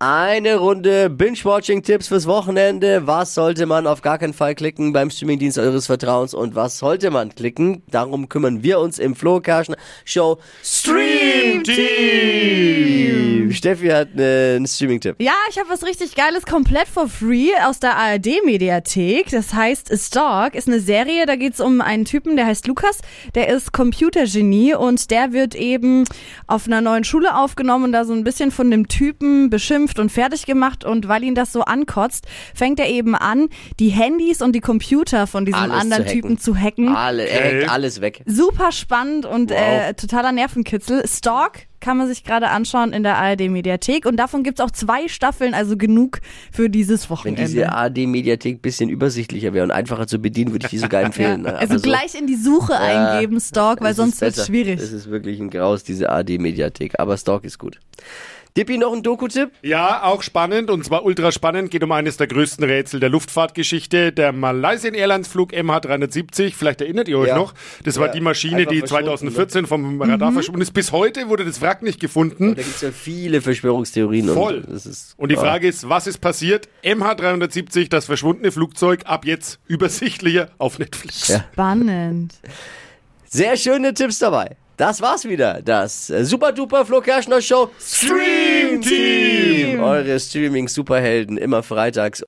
Eine Runde Binge-Watching-Tipps fürs Wochenende. Was sollte man auf gar keinen Fall klicken beim Streamingdienst eures Vertrauens und was sollte man klicken? Darum kümmern wir uns im Flo Kerschner Show Stream Team. Steffi hat ne, einen Streaming-Tipp. Ja, ich habe was richtig Geiles komplett for free aus der ARD-Mediathek. Das heißt Stalk ist eine Serie, da geht's um einen Typen, der heißt Lukas, der ist Computergenie und der wird eben auf einer neuen Schule aufgenommen und da so ein bisschen von dem Typen beschimpft und fertig gemacht und weil ihn das so ankotzt, fängt er eben an, die Handys und die Computer von diesem Alles zu anderen hacken. Ah, Typen zu hacken. Alle, er hackt alles weg. Super spannend und äh, totaler Nervenkitzel. Stalk kann man sich gerade anschauen in der ARD-Mediathek. Und davon gibt's auch zwei Staffeln, also genug für dieses Wenn Wochenende. diese AD-Mediathek bisschen übersichtlicher wäre und einfacher zu bedienen, würde ich die sogar empfehlen. ne? Aber also so- gleich in die Suche eingeben, Stalk, weil Es ist sonst wird's besser. schwierig. Es ist wirklich ein Graus, diese AD-Mediathek. Aber Stalk ist gut. Dippi, noch ein Doku-Tipp? Ja, auch spannend und zwar ultra spannend. Geht um eines der größten Rätsel der Luftfahrtgeschichte. Der Malaysian Airlines Flug MH370, vielleicht erinnert ihr euch Ja. noch. Das war Ja, die Maschine, einfach die verschwunden, ne? Mhm. 2014 vom Radar verschwunden ist. Bis heute wurde das Wrack nicht gefunden. Da gibt es ja viele Verschwörungstheorien. Voll. Und, das ist, Und die ja. Frage ist, was ist passiert? MH370, das verschwundene Flugzeug, ab jetzt übersichtlicher auf Netflix. Ja. Spannend. Sehr schöne Tipps dabei. Das war's wieder. Das äh, Super Duper Flo Kerschner Show Stream Team. Eure Streaming Superhelden immer freitags